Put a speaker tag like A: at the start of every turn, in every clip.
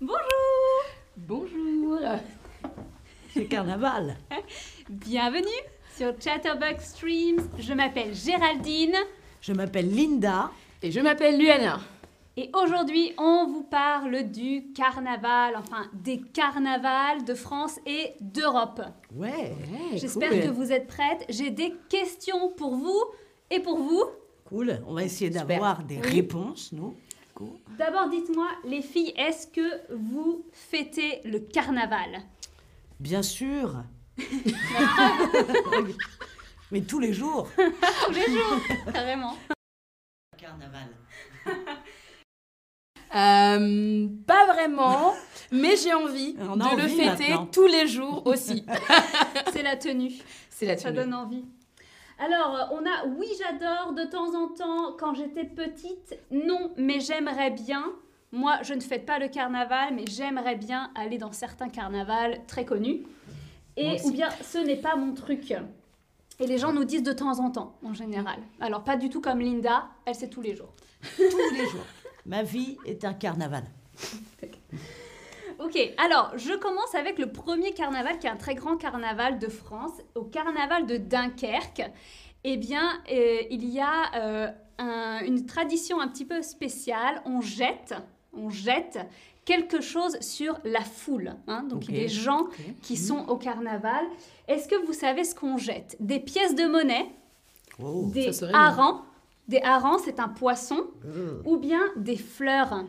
A: Bonjour
B: Bonjour C'est carnaval
A: Bienvenue sur Chatterbox Streams. Je m'appelle Géraldine
B: Je m'appelle Linda.
C: Et je m'appelle Luana.
A: et aujourd'hui on vous parle du carnaval, enfin des carnavals de France et d'Europe.
B: Ouais
A: J'espère
C: cool.
A: que vous êtes prêtes. J'ai des questions pour vous et pour vous.
B: Cool, on va essayer
C: Super.
B: d'avoir des réponses, nous. Cool.
A: D'abord, dites-moi, les filles, est-ce que vous fêtez le carnaval
B: Bien sûr Mais tous les jours
A: Tous les jours, carrément.
B: Carnaval.
C: Euh, pas vraiment, mais j'ai envie
B: On a
C: de le
B: envie
C: fêter
B: maintenant.
C: tous les jours aussi.
A: C'est la tenue.
C: C'est la
A: Ça
C: tenue.
A: donne envie. Alors, euh, on a oui, j'adore de temps en temps quand j'étais petite. Non, mais j'aimerais bien. Moi, je ne fête pas le carnaval, mais j'aimerais bien aller dans certains carnavals très connus.
B: Moi
A: Et
B: aussi.
A: ou bien ce n'est pas mon truc. Et les gens nous disent de temps en temps, en général. Alors, pas du tout comme Linda, elle c'est tous les jours.
B: Tous les jours. Ma vie est un carnaval.
A: Ok, alors je commence avec le premier carnaval qui est un très grand carnaval de France, au carnaval de Dunkerque. Eh bien, euh, il y a euh, un- une tradition un petit peu spéciale. On jette, on jette quelque chose sur la foule, hein, donc
B: Ok. Mmh.
A: les gens qui sont au carnaval. Est-ce que vous savez ce qu'on jette Des pièces de monnaie,
B: Oh.
A: des
C: ça serait bien.
A: harengs. Des harengs, c'est un poisson,
B: Euh,
A: ou bien des fleurs.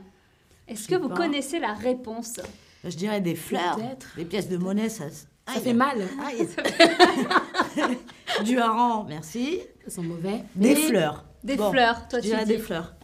A: Est-ce
B: Je
A: que
B: sais
A: vous
B: pas.
A: connaissez la réponse
B: Je dirais des fleurs,
C: Peut-être.
B: des pièces de monnaie, ça...
C: Ça fait mal.
B: Aïe. Du hareng, merci.
C: Ils sont mauvais.
B: Des
C: Mais-
B: fleurs.
A: Des
B: Bon,
A: fleurs, toi
B: Je
A: tu
B: dirais
A: dis.
B: des fleurs.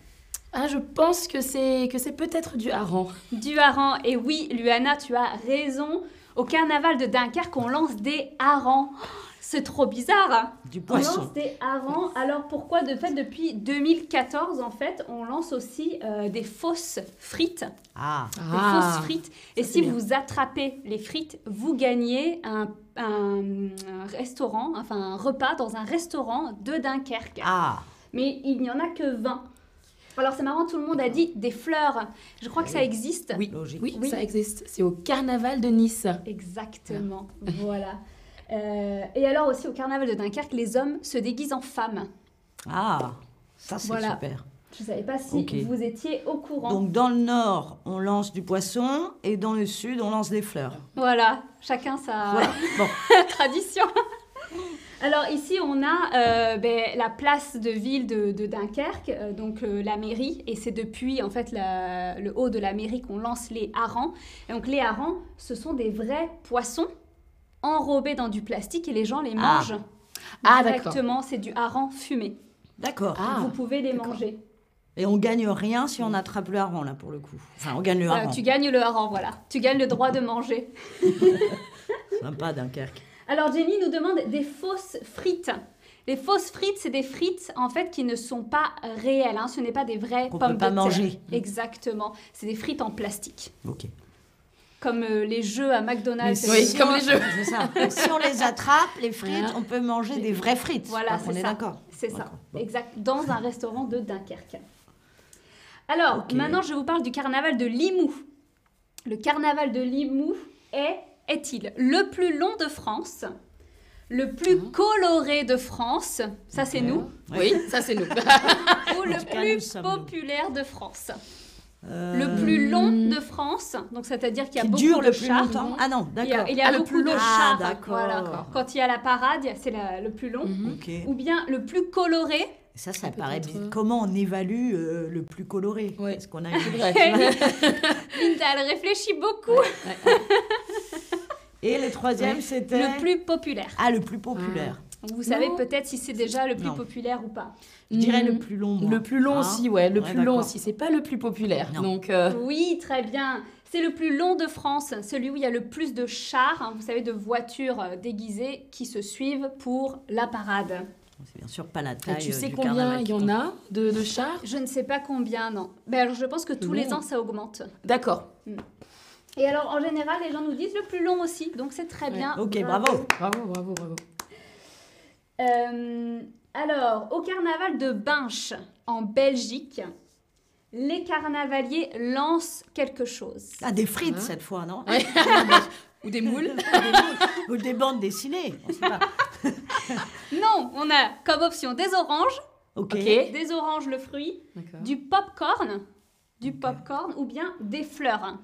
C: Ah, je pense que c'est que c'est peut-être du hareng.
A: Du hareng. Et oui, Luana, tu as raison. Au carnaval de Dunkerque, on lance des harengs. Oh, C'est trop bizarre. hein.
B: Du
A: On lance
B: poisson.
A: des harengs. Alors pourquoi De fait, depuis 2014, en fait, on lance aussi euh, des fausses frites.
B: Ah,
A: Des fausses frites. Et
C: c'est
A: si
C: bien.
A: vous attrapez les frites, vous gagnez un, un- un restaurant, enfin un repas dans un restaurant de Dunkerque.
B: ah.
A: Mais il n'y en a que 20. Alors c'est marrant, tout le monde a dit des fleurs. Je crois que ça existe.
B: Oui, Ah. logique.
C: Oui,
A: Oui.
C: ça existe. C'est au carnaval de Nice.
A: Exactement, voilà. Euh, et alors aussi au carnaval de Dunkerque, les hommes se déguisent en femmes.
B: Ah, ça c'est
A: Voilà.
B: super.
A: Je ne savais pas si
B: Ok.
A: vous étiez au courant.
B: Donc dans le nord, on lance du poisson et dans le sud, on lance des fleurs.
A: Voilà, chacun sa
B: Voilà. Bon,
A: tradition. Alors ici, on a euh, ben, la place de ville de, de Dunkerque, euh, donc euh, la mairie, et c'est depuis en fait la- le haut de la mairie qu'on lance les harengs. Et donc les harengs, ce sont des vrais poissons enrobés dans du plastique et les gens les
B: Ah.
A: mangent
C: Ah, d'accord.
A: directement. C'est du hareng fumé.
B: d'accord.
C: Ah.
A: vous pouvez les
C: d'accord.
A: manger.
B: Et on gagne rien si on attrape le hareng là pour le coup. Enfin, on gagne le
A: Voilà,
B: hareng.
A: Bah, Euh, tu gagnes le hareng, voilà. Tu gagnes le droit de manger.
B: Sympa Dunkerque.
A: Alors Jenny nous demande des fausses frites. Les fausses frites, c'est des frites en fait qui ne sont pas réelles. hein. Ce n'est pas des vraies
B: Qu'on
A: pommes
B: peut pas
A: de terre.
B: manger.
A: Exactement. C'est des frites en plastique,
B: Ok.
A: comme euh, les jeux à McDonald's.
C: Oui,
B: si
C: comme
B: on-
C: les jeux.
B: C'est ça. Si on les attrape, les frites,
C: Voilà.
B: on peut manger des vraies frites.
A: Voilà,
B: Donc, on
A: c'est
B: est
A: ça.
B: d'accord.
A: C'est ça,
B: D'accord. Bon.
A: exact. Dans un restaurant de Dunkerque. Alors,
B: Ok.
A: maintenant, je vous parle du carnaval de Limoux. Le carnaval de Limoux est, est-il le plus long de France, le plus
B: Hein?
A: coloré de France, ça c'est nous,
C: Oui, ça c'est nous.
A: ou
B: En
A: le
B: tout cas, nous
A: plus
B: sommes nous.
A: populaire de France
B: Euh, Hmm.
A: Le plus long de France, donc c'est-à-dire qu'il y a
B: qui
A: beaucoup
B: dure
A: de
B: le plus
A: chars.
B: longtemps. Ah non,
A: Il y a,
B: d'accord.
A: il y a
C: Ah, le
A: beaucoup
C: plus
A: de
C: long.
A: chars.
B: Ah, d'accord. Hmm.
A: voilà. Mmh. Quand il y a la parade, c'est la- le plus long.
C: Mhm.
B: Ok.
A: Ou bien le plus coloré,
B: Ça, ça
C: Peut-être,
B: paraît bizarre.
C: euh,
B: Comment on évalue euh, le plus coloré
C: Ouais.
B: Est-ce qu'on a une-
A: Linda, elle réfléchit beaucoup.
B: Et le troisième, c'était
A: Le plus populaire.
B: Ah, le plus
C: Mm.
B: populaire.
A: Donc, Vous savez peut-être si c'est déjà le plus
B: Ah, Non.
A: populaire ou pas.
B: Je dirais le plus long. moi.
C: Mm. Le plus long
B: Ah.
C: aussi, ouais, le
B: Ouais,
C: plus long
B: d'accord.
C: aussi. C'est pas le plus populaire.
B: Non.
C: Donc, euh,
A: Oui, très bien. C'est le plus long de France, celui où il y a le plus de chars, hein, vous savez, de voitures euh, déguisées qui se suivent pour la parade.
B: C'est bien sûr pas la
C: et
B: taille. euh,
C: tu sais
B: du
C: combien
B: carnaval
C: il
B: qui
C: y en
B: compte.
C: a de, de chars
A: Je ne sais pas combien, non. Mais alors, je pense que tous les
B: Mmh.
C: Non.
A: ans, ça augmente.
C: D'accord.
A: Et alors, en général, les gens nous disent le plus long aussi, donc c'est très
C: Ouais.
A: bien.
B: Ok, bravo.
C: Bravo, bravo, bravo.
A: Euh, alors, au carnaval de Binche, en Belgique, les carnavaliers lancent quelque chose.
B: Ah, des frites
C: Hein
B: cette fois, non
C: Ouais. Ou des moules.
B: Ou des bandes dessinées. on sait pas.
A: Non, on a comme option des oranges,
B: Ok.
A: des oranges le fruit,
C: D'accord.
A: du popcorn, du popcorn ou bien des fleurs.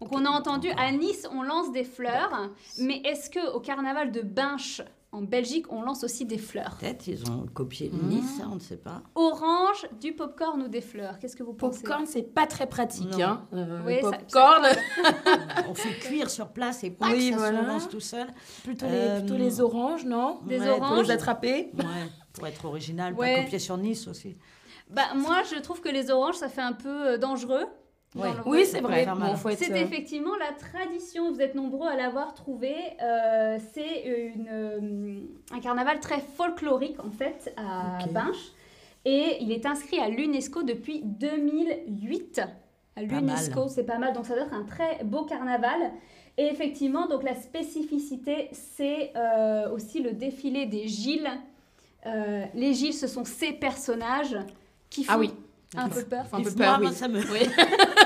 A: Donc on a entendu à Nice on lance des fleurs, mais est-ce que au carnaval de Binche en Belgique on lance aussi des fleurs
B: Peut-être ils ont copié
C: Mm.
B: Nice, hein, on ne sait pas.
A: Orange, du popcorn ou des fleurs Qu'est-ce que vous pensez
C: Popcorn, c'est pas très pratique.
B: Non.
C: Hein. Euh,
A: Oui, ça-
C: popcorn,
B: on fait cuire sur place et pas
C: Oui,
B: ça
C: voilà.
B: se lance tout seul.
C: plutôt,
B: Euh,
C: les, plutôt les oranges, non
A: Des
B: Ouais,
C: Pour les
A: oranges
C: attraper.
B: Ouais, pour être original,
A: Ouais.
B: pas copier sur Nice aussi.
A: Bah moi je trouve que les oranges ça fait un peu euh, dangereux. dans
B: Ouais.
A: le-
C: Oui, c'est
B: Ouais,
C: vrai.
B: faire mal.
C: Bon, faut être,
A: C'est
C: euh,
A: effectivement la tradition, vous êtes nombreux à l'avoir trouvée. Euh, c'est une, euh, un carnaval très folklorique en fait à
B: Ok.
A: Binche. Et il est inscrit à l'UNESCO depuis 2008. À
B: Pas
A: l'UNESCO, c'est pas mal, donc ça doit être un très beau carnaval. Et effectivement, donc la spécificité, c'est euh, aussi le défilé des Gilles. Euh, les Gilles, ce sont ces personnages qui font
C: Ah oui.
A: un peu peur.
C: Un peu
B: Moi,
C: peur,
B: moi,
C: oui.
B: ça me...
C: Oui.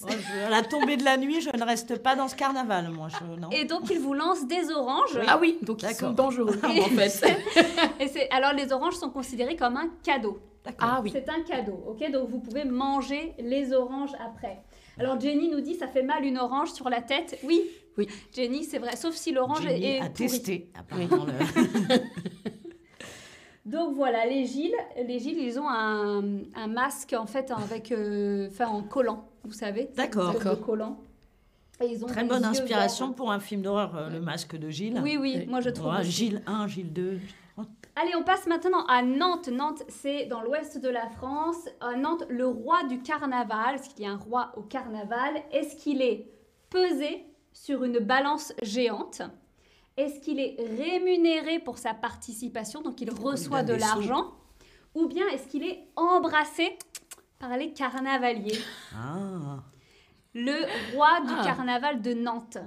B: Moi, je- À la tombée de la nuit, je ne reste pas dans ce carnaval, moi. Je... Non.
A: Et donc, ils vous lancent des oranges.
C: Ah oui, donc ils
B: D'accord.
C: sont dangereux en fait.
A: Et c'est- alors les oranges sont considérées comme un cadeau.
B: D'accord.
C: Ah oui.
A: C'est un cadeau, ok Donc vous pouvez manger les oranges après. Alors Jenny nous dit ça fait mal une orange sur la tête. Oui,
C: Oui.
A: Jenny, c'est vrai, sauf si l'orange
B: Jenny
A: est, est
B: à
A: pourrie.
B: tester, apparemment. le-
A: Donc voilà, les Gilles, les Gilles, ils ont un, un masque en fait avec, euh, enfin en collant, vous savez,
B: D'accord.
A: de
C: D'accord.
A: collant. Et ils ont
B: Très
A: des
B: bonne
A: yeux
B: inspiration
A: verts.
B: pour un film d'horreur, euh, Le Masque de Gilles.
A: Oui, oui,
C: Oui.
A: moi je trouve.
B: Ouais,
A: aussi.
B: Gilles 1, Gilles 2.
A: Allez, on passe maintenant à Nantes. Nantes, c'est dans l'ouest de la France. À Nantes, le roi du carnaval, parce qu'il y a un roi au carnaval, est-ce qu'il est pesé sur une balance géante Est-ce qu'il est rémunéré pour sa participation, donc il reçoit
B: a
A: de
B: des sous.
A: l'argent Ou bien est-ce qu'il est embrassé par les carnavaliers
B: Ah,
A: Le roi du
C: Ah.
A: carnaval de Nantes.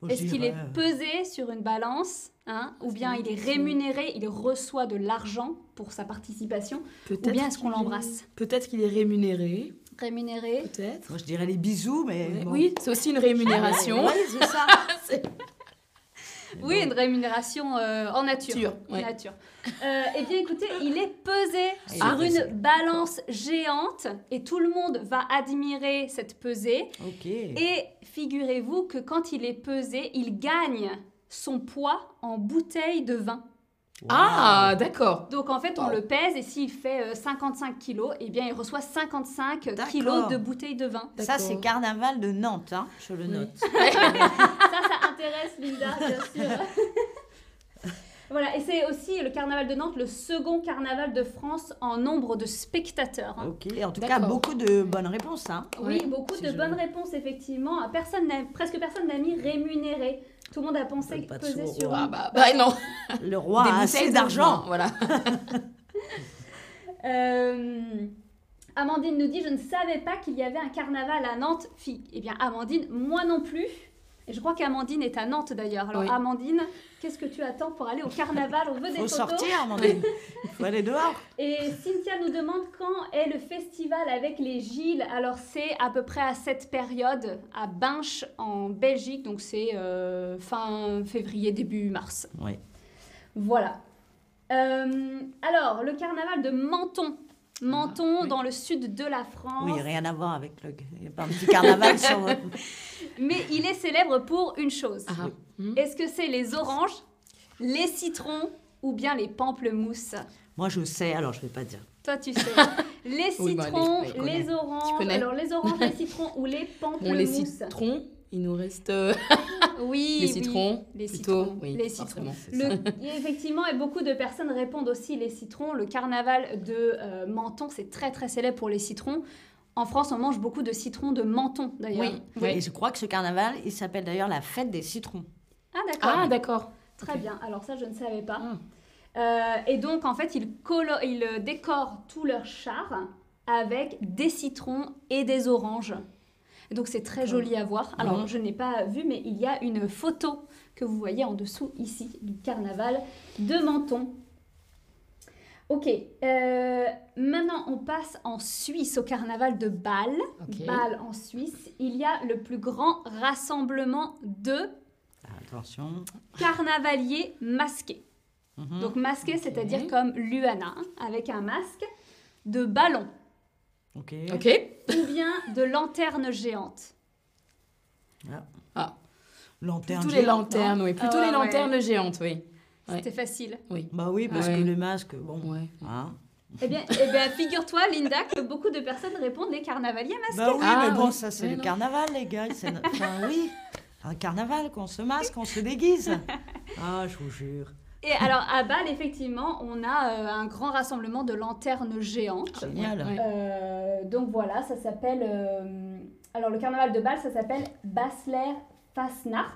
B: Bon,
A: Est-ce qu'il est
B: j'irais, euh,
A: pesé sur une balance hein, Ou bien il est rémunéré, il reçoit de l'argent pour sa participation
C: Peut-être
A: Ou bien est-ce qu'on
C: qu'il est-
A: l'embrasse
C: Peut-être qu'il est rémunéré.
A: Rémunéré
C: Peut-être. Ah,
B: Moi, je dirais les bisous, mais. bon.
C: Oui, c'est aussi une rémunération.
B: Oui, c'est ça. Eh
A: Oui, une rémunération euh, en nature.
C: Sûr,
A: En
C: ouais.
A: nature. Euh, eh bien écoutez, il est pesé
B: Ah,
A: sur
B: il est pesé.
A: une balance géante et tout le monde va admirer cette pesée.
B: ben, Ok.
A: Et figurez-vous que quand il est pesé, il gagne son poids en bouteille de vin.
B: Wow.
C: Ah, d'accord.
A: Donc en fait, on
C: Wow.
A: le pèse et s'il fait euh, 55 kilos, eh bien il reçoit 55
B: D'accord.
A: kilos de bouteilles de vin.
B: Ça,
C: D'accord.
B: c'est Carnaval de Nantes, hein, je le
C: Oui.
B: note.
A: ça, ça intéresse Linda, bien sûr. voilà, et c'est aussi le carnaval de Nantes, le second carnaval de France en nombre de spectateurs. hein.
B: Ok, en tout cas,
C: D'accord.
B: beaucoup de bonnes réponses. Hein.
A: Oui,
C: Ouais,
A: beaucoup
C: c'est
A: de
C: joli.
A: bonnes réponses, effectivement. Personne n'a- presque personne n'a mis rémunéré. Tout le monde a pensé
B: Donne pas de
A: peser
B: sous,
A: sur
B: ouais.
A: une
C: Ah bah, bah non.
B: Le roi a
C: bouteilles
B: assez
C: de
B: d'argent.
C: vin, Voilà.
A: Euh, Amandine nous dit Je ne savais pas qu'il y avait un carnaval à Nantes. Fille, eh bien, Amandine, moi non plus. Et je crois qu'Amandine est à Nantes d'ailleurs. Alors,
C: Oui.
A: Amandine, qu'est-ce que tu attends pour aller au carnaval On veut des
B: Faut
A: photos.
B: sortir, Amandine. Faut aller dehors.
A: Et Cynthia nous demande quand est le festival avec les Gilles. Alors, c'est à peu près à cette période, à Binche, en Belgique. Donc, c'est euh, fin février, début mars.
B: Oui.
A: Voilà. Euh, alors, le carnaval de Menton. Menton,
C: Ah, oui.
A: dans le sud de la France.
B: Oui, rien à voir avec le. Il n'y a pas un petit carnaval sur.
A: Mais il est célèbre pour une chose.
C: Ah. Hmm.
A: Est-ce que c'est les oranges, les citrons ou bien les pamplemousses
B: Moi, je sais, alors je vais pas dire.
A: Toi, tu sais. Les
C: Oui, bah, les-
A: citrons,
C: oui, je
A: les,
C: connais. Je
A: oranges.
C: connais.
A: Alors, les oranges, les citrons ou les
C: Bon, les
A: pamplemousses
C: citrons, il nous reste euh,
A: Oui,
C: les
A: oui.
C: citrons.
A: Les
C: plutôt,
A: citrons.
C: oui,
A: les citrons.
C: forcément.
A: Le- et effectivement, et beaucoup de personnes répondent aussi les citrons. Le carnaval de euh, Menton, c'est très très célèbre pour les citrons. En France, on mange beaucoup de citrons de Menton d'ailleurs.
C: Oui.
B: Et je crois que ce carnaval, il s'appelle d'ailleurs la fête des citrons.
A: Ah d'accord.
C: Ah d'accord.
A: Très
C: Ok.
A: bien. Alors ça, je ne savais pas.
B: Mm.
A: Euh, et donc, en fait, ils, colo- ils euh, décorent tout leur char avec des citrons et des oranges. Et donc, c'est très joli à voir. Alors,
B: Mhm.
A: je n'ai pas vu, mais il y a une photo que vous voyez en dessous ici du carnaval de Menton. Ok, euh, maintenant on passe en Suisse au carnaval de Bâle.
D: Ok.
A: Bâle en Suisse, il y a le plus grand rassemblement de
B: Attention.
A: carnavaliers masqués.
B: Mhm.
A: Donc masqués, c'est-à-dire comme Luana, hein, avec un masque, de ballon
B: Ok.
D: Ok.
A: ou bien de lanterne géante.
B: Ah.
D: Ah.
B: Lanterne.
D: Plutôt les
B: géante,
D: lanternes,
B: non
D: oui. Plutôt
A: Ah ouais,
D: les
A: ouais.
D: lanternes géantes, oui. Ouais.
A: C'était facile.
B: Bah oui, parce
D: Ouais. Mm.
B: que le masque, bon.
D: Ouais.
B: hein.
A: Eh bien, eh bien figure-toi, Linda, que beaucoup de personnes répondent les carnavaliers masqués.
B: Bah oui,
D: Ah,
B: mais bon,
D: oui.
B: ça c'est
D: Ouais,
B: le
D: non.
B: carnaval, les gars. c'est no- Enfin, oui. Un carnaval, qu'on se masque, on se déguise. Ah, je vous jure.
A: Et alors, à Bâle, effectivement, on a euh, un grand rassemblement de lanternes géantes.
B: Génial.
D: Ouais.
A: Euh, donc voilà, ça s'appelle. euh, alors le carnaval de Bâle, ça s'appelle Basler Fasnacht.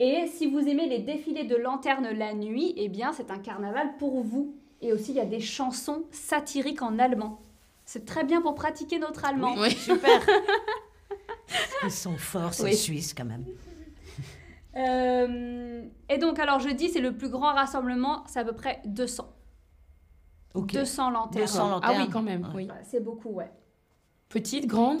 A: Et si vous aimez les défilés de lanternes la nuit, eh bien c'est un carnaval pour vous. Et aussi, il y a des chansons satiriques en allemand. C'est très bien pour pratiquer notre allemand.
D: Oui.
B: Super. Ils sont forts, ces
D: Oui.
B: Suisses, quand même.
A: Euh, et donc, alors je dis, c'est le plus grand rassemblement, c'est à peu près 200.
B: Ok.
A: 200 lanternes.
B: 200
D: Ah
B: lanternes.
D: oui, quand même. Oui.
A: Ouais, C'est beaucoup, ouais.
D: Petite, grande.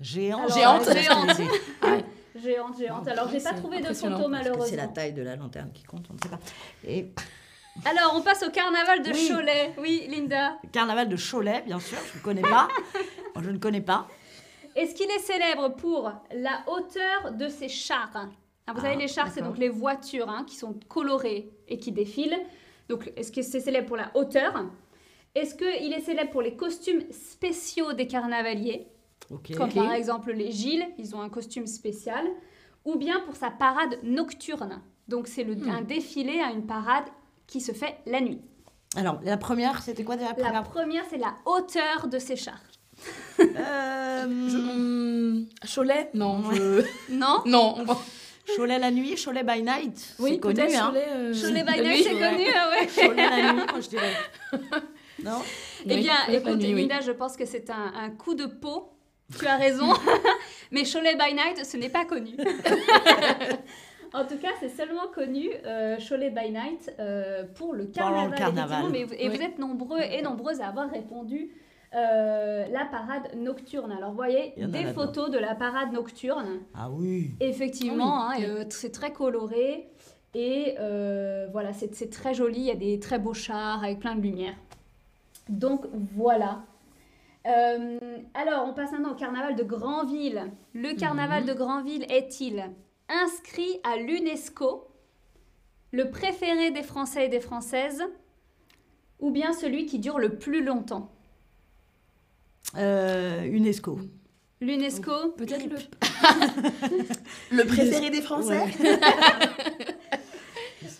B: Géant.
A: Alors,
D: Géante.
B: c'est ce que je disais.
A: Géante, géante.
D: Non,
A: Alors, j'ai
D: c'est
A: pas trouvé de
D: impressionnant,
A: photo,
D: parce
B: Parce que
A: malheureusement.
B: c'est la taille de la lanterne qui compte, on ne sait pas. Et
A: Alors, on passe au carnaval de
B: Oui.
A: Cholet. Oui, Linda.
B: carnaval de Cholet, bien sûr, je ne connais pas. Moi, je ne connais pas.
A: Est-ce qu'il est célèbre pour la hauteur de ses chars Ah, Vous
B: Ah,
A: savez, les chars, c'est
D: d'accord.
A: donc les voitures hein, qui sont colorées et qui défilent. Donc, est-ce que c'est célèbre pour la hauteur Est-ce qu'il est célèbre pour les costumes spéciaux des carnavaliers
B: Ok.
A: Comme par exemple les Gilles, ils ont un costume spécial. Ou bien pour sa parade nocturne. Donc, c'est
D: Hmm.
A: le- un défilé à une parade qui se fait la nuit.
B: Alors, la première, c'était quoi déjà la
A: La
B: première
A: première, c'est la hauteur de ses chars.
B: Euh,
D: Je- hum, Cholet Non. je-
A: Non
D: non. on va-
B: Cholet la nuit, Cholet by night. c'est
D: Oui,
B: connu,
D: peut-être
B: hein.
D: Cholet. euh,
A: Cholet by
D: la
A: Night,
D: nuit,
A: c'est
D: ouais.
A: connu, ah ouais.
B: Cholet la nuit, moi, je dirais. Non
A: Eh
D: Oui,
A: bien,
D: Cholet by
A: écoute,
D: nuit, oui.
A: Linda, je pense que c'est un, un coup de peau. Tu as raison. Mais Cholet by Night, ce n'est pas connu. en tout cas, c'est seulement connu euh, Cholet by Night euh, pour le carnaval.
B: le carnaval.
A: effectivement, Mais vous- et
D: Oui.
A: vous êtes nombreux et nombreuses à avoir répondu euh, la parade nocturne. Alors, voyez
B: Il y en a
A: des
B: là-dedans.
A: photos de la parade nocturne.
B: Ah oui.
A: Effectivement,
D: Ah oui,
A: hein,
D: ok.
A: euh, c'est très coloré. Et euh, voilà, c'est c'est très joli. Il y a des très beaux chars avec plein de lumière. Donc voilà. Euh, alors, on passe maintenant au carnaval de Granville. Le
D: Mhm.
A: carnaval de Granville est-il inscrit à l'UNESCO, le préféré des Français et des Françaises, ou bien celui qui dure le plus longtemps
B: Euh, UNESCO.
A: L'UNESCO
D: Peut-être le.
C: Le préféré des Français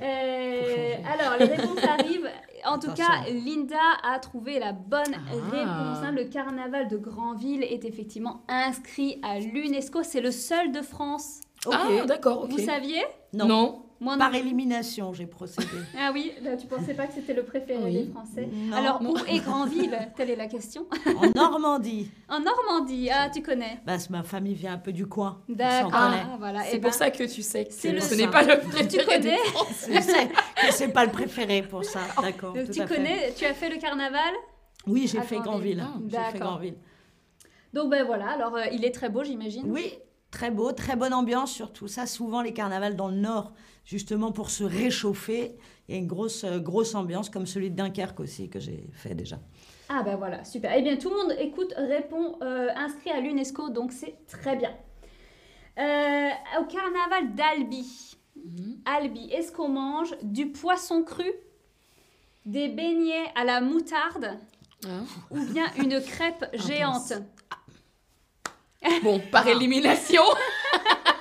A: Euh, alors, les réponses arrivent. En tout cas,
B: Attention.
A: Linda a trouvé la bonne
B: Ah.
A: réponse. hein. Le carnaval de Granville est effectivement inscrit à l'UNESCO. C'est le seul de France.
B: Ok.
D: Ah, d'accord. ok.
A: Vous saviez
B: non.
D: Non.
A: Moi non.
B: Par élimination, j'ai procédé.
A: Ah oui, là, tu pensais pas que c'était le préféré
D: Oui.
A: des Français.
B: Non.
A: alors, où est Granville Telle est la question.
B: En Normandie.
A: En Normandie, ah, tu connais.
B: Bah, c'est- ma famille vient un peu du coin. on s'en
A: D'accord.
B: connaît.
A: Ah, voilà.
D: C'est
A: Eh
D: pour
A: ben,
D: ça que tu sais que
A: c'est
D: ce
A: le-
D: n'est pas le préféré.
A: Tu connais,
D: des Français.
B: Je sais que c'est pas le préféré pour ça. D'accord.
A: donc
B: tout
A: tu
B: à fait.
A: connais, tu as fait le carnaval.
B: Oui, j'ai
A: à
B: fait
A: Granville.
B: Granville.
D: Ah,
B: J'ai fait
A: d'accord.
B: Granville.
A: Donc ben voilà, alors euh, il est très beau, j'imagine.
B: Oui, très beau, très bonne ambiance surtout. Ça, souvent, les carnavals dans le Nord, justement pour se réchauffer, il y a une grosse, euh, grosse ambiance, comme celui de Dunkerque aussi, que j'ai fait déjà.
A: Ah ben voilà, super. Eh bien, tout le monde écoute, répond, euh, inscrit à l'UNESCO, donc c'est très bien. Euh, au carnaval d'Albi,
D: Mhm.
A: Albi, est-ce qu'on mange du poisson cru, des beignets à la moutarde
D: Hein
A: ou bien une crêpe géante
D: Bon, par élimination.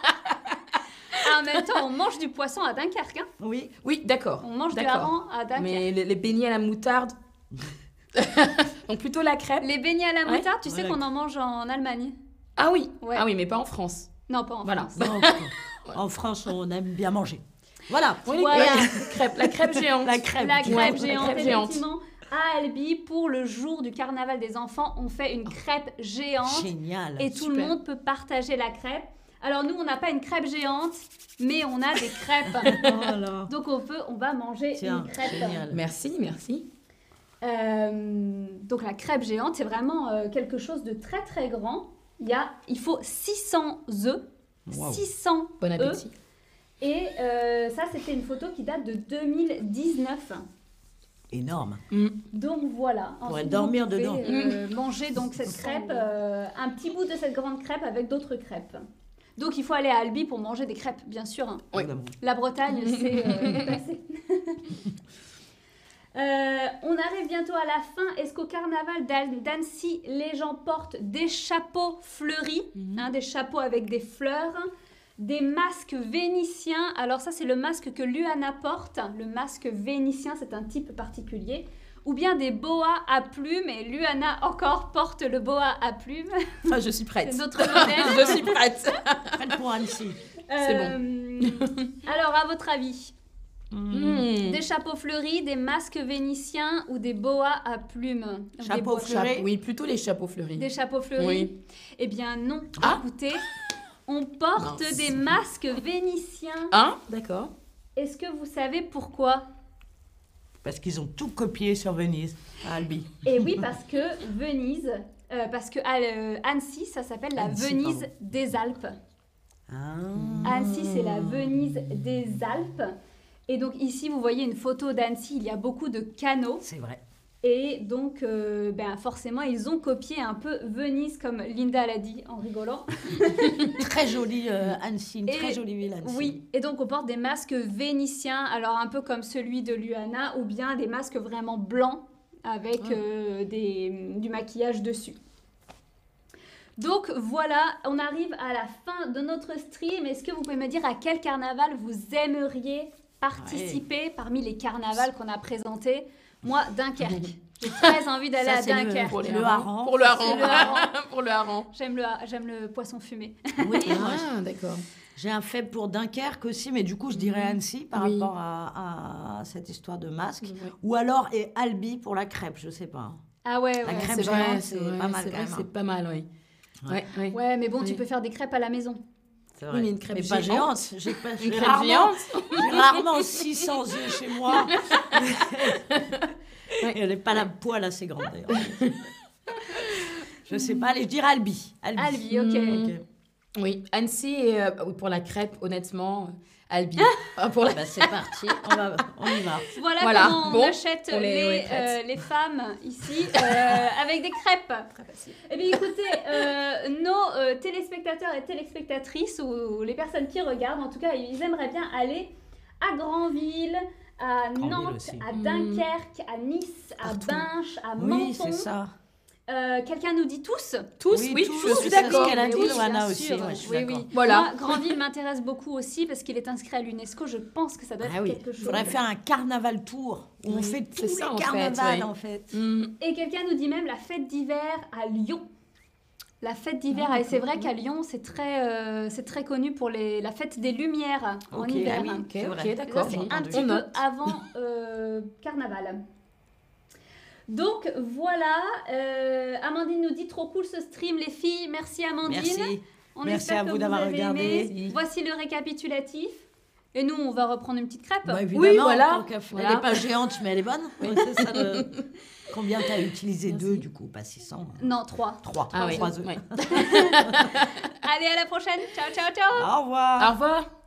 A: Ah, En même temps, on mange du poisson à Dunkerque, hein.
B: Oui,
D: Oui, d'accord.
A: on mange du
D: D'accord.
A: hareng à Dunkerque.
D: Mais les, les beignets à la moutarde. Donc plutôt la crêpe.
A: Les beignets à la
D: Ah Ouais.
A: moutarde, tu sais
B: Ouais,
A: qu'on en mange en Allemagne
D: Ah oui.
A: Ouais.
D: Ah oui, mais pas en France.
A: Non, pas en
D: Voilà.
A: France.
B: en, en France, on aime bien manger. Voilà.
D: Oui,
A: Voilà.
D: la crêpe, la crêpe géante.
B: La crêpe.
A: La crêpe
D: Ouais, la
A: géante,
D: crêpe géante.
A: effectivement. À Albi, pour le jour du carnaval des enfants, on fait une crêpe géante
B: Génial.
A: et tout le
D: super.
A: monde peut partager la crêpe. Alors nous, on n'a pas une crêpe géante, mais on a des crêpes.
B: Voilà.
A: Donc on peut, on va manger
B: Oh Tiens,
A: une crêpe.
B: génial.
D: Merci, merci.
A: Euh, donc la crêpe géante, c'est vraiment euh, quelque chose de très très grand. Il, y a, il faut 600 œufs,
B: Waouh.
A: 600
D: Bon
A: œufs.
D: appétit.
A: Et euh, ça, c'était une photo qui date de 2019.
B: Énorme.
A: Donc voilà.
B: Pour
A: Ensuite,
B: dormir
A: vous pouvez,
B: dedans.
A: euh, manger donc cette
D: Sans
A: crêpe,
D: doute.
A: euh, un petit bout de cette grande crêpe avec d'autres crêpes. Donc il faut aller à Albi pour manger des crêpes, bien sûr. hein.
C: Oui.
B: Évidemment.
A: La Bretagne, c'est euh, passé. Euh, on arrive bientôt à la fin. Est-ce qu'au carnaval d'An- d'Annecy, les gens portent des chapeaux fleuris, hein, des chapeaux avec des fleurs, des masques vénitiens Alors ça, c'est le masque que Luana porte. Le masque vénitien, c'est un type particulier. Ou bien des boas à plumes. Et Luana encore porte le boa à plumes.
D: Ah, je suis prête.
A: C'est notre modèle.
D: Je suis prête.
B: Prête pour Annecy.
D: C'est
A: bon. Euh, alors, à votre avis
D: Mmh.
A: Des chapeaux fleuris, des masques vénitiens ou des boas à plumes Des
B: Chapeaux
A: boas-
B: fleuris. fleurie.
D: Oui, plutôt les chapeaux fleuris.
A: Des chapeaux fleuris
D: Oui.
A: Eh bien non,
D: Ah.
A: écoutez, on porte
D: Mince.
A: des masques vénitiens.
D: Hein D'accord.
A: Est-ce que vous savez pourquoi
B: Parce qu'ils ont tout copié sur Venise, à Albi.
A: Eh oui, parce que Venise, euh, parce que ah, euh, Annecy, ça s'appelle la
B: Annecy,
A: Venise
B: pardon.
A: des Alpes.
B: Ah.
A: Annecy, c'est
B: Hmm.
A: la Venise des Alpes. Et donc ici, vous voyez une photo d'Annecy, il y a beaucoup de canaux.
B: C'est vrai.
A: Et donc, euh, ben forcément, ils ont copié un peu Venise, comme Linda l'a dit en rigolant.
B: Très jolie euh, Annecy, une
A: Et-
B: très jolie ville Annecy.
A: Oui, et donc on porte des masques vénitiens, alors un peu comme celui de Luana, ou bien des masques vraiment blancs avec euh, des, du maquillage dessus. Donc voilà, on arrive à la fin de notre stream. Est-ce que vous pouvez me dire à quel carnaval vous aimeriez participer parmi les carnavals qu'on a présentés Moi, Dunkerque. J'ai très envie d'aller
B: Ça,
A: à
B: c'est le-
A: Dunkerque.
B: Pour les
D: le
B: harengs.
D: Pour le
A: C'est le hareng.
D: hareng. Pour le hareng.
A: J'aime le, j'aime le poisson fumé.
B: Oui, moi,
D: Ah, d'accord.
B: J'ai un faible pour Dunkerque aussi, mais du coup, je dirais Annecy par
D: Mhm. Oui.
B: rapport à, à cette histoire de masque.
D: Oui.
B: Ou alors, et Albi pour la crêpe, je sais pas.
A: Ah ouais,
B: La
A: ouais.
B: crêpe
D: C'est
B: géante,
D: vrai,
B: c'est
D: c'est vrai,
B: pas mal
D: c'est
B: quand
D: vrai
B: même,
D: que C'est pas mal, oui. Ouais, ouais.
A: Ouais, mais bon, tu
D: Oui.
A: peux faire des crêpes à la maison.
B: C'est
D: vrai. mais une crêpe
B: pas
D: géante.
B: géante. J'ai pas-
D: Une
B: j'ai
D: crêpe
B: rarement-
D: géante
B: j'ai rarement 600 yeux chez moi.
D: Ouais.
B: Et Elle n'est pas la poêle assez grande d'ailleurs. je sais pas, allez, je dirais Albi. Albi.
A: Albi, Ah, ok.
D: Mm.
B: Ok.
D: Oui, Annecy, et, euh, oui, pour la crêpe, honnêtement, euh, Albi. Ah, pour la...
B: Bah, c'est parti, on, va- on y va.
A: Voilà,
D: Voilà,
A: comment on
D: bon,
A: achète
D: on les- on
A: les,
D: les traite.
A: euh, les femmes ici euh, avec des crêpes. Eh bien, écoutez, euh, nos euh, téléspectateurs et téléspectatrices ou, ou les personnes qui regardent, en tout cas, ils aimeraient bien aller à Granville, à
B: Granville
A: Nantes,
B: aussi.
A: à
D: Mm.
A: Dunkerque, à Nice,
B: Partout.
A: à Binche, à
B: Oui,
A: Menton.
B: c'est ça.
A: Euh, Quelqu'un nous dit tous
D: Tous,
B: Oui,
D: oui,
B: tous,
D: je
B: c'est
D: suis
B: ça
D: d'accord.
B: ce qu'elle a
A: Mais
B: dit,
A: oui,
B: Loana
A: bien
B: aussi,
A: sûr.
B: ouais, je suis
A: oui,
B: d'accord.
A: oui.
D: Voilà.
A: Moi, Grandville m'intéresse beaucoup aussi parce qu'il est inscrit à l'UNESCO. Je pense que ça doit être
D: Ah oui,
A: quelque
B: Il
A: chose.
B: faudrait faire un carnaval tour où on
D: Oui,
B: fait
D: c'est
B: tous
D: ça,
B: les
D: en fait,
B: carnavals
D: ouais.
B: en fait.
D: Mm.
A: Et quelqu'un nous dit même la fête d'hiver à Lyon. La fête d'hiver,
B: Ah,
A: et c'est vrai qu'à Lyon, c'est très, euh, c'est très connu pour les, la fête des Lumières en
B: Ok,
A: hiver.
B: ah oui,
D: Ok,
B: C'est vrai.
D: ok,
A: Et ça,
D: d'accord.
A: c'est
B: j'ai
A: un
B: entendu.
A: petit
D: On
A: peu
D: note.
A: avant euh, carnaval. Donc voilà, euh, Amandine nous dit trop cool ce stream les filles, merci Amandine.
B: Merci.
A: On
B: Merci
A: espère
B: à
A: que
B: vous d'avoir
A: avez
B: regardé.
A: aimé.
D: Merci.
A: Voici le récapitulatif. Et nous, on va reprendre une petite crêpe.
B: Bah,
D: Oui,
B: évidemment,
D: voilà.
B: tant qu'à faire.
D: Voilà.
B: Elle n'est pas géante, mais elle est bonne. C'est ça, le- Combien t'as utilisé
D: Merci.
B: Deux, du coup, Bah, pas 600.
A: Non, trois.
B: hein. Trois.
D: Ah oui,
B: Trois œufs.
D: ouais.
A: Allez, à la prochaine. Ciao, ciao, ciao.
B: Au revoir.
D: Au revoir.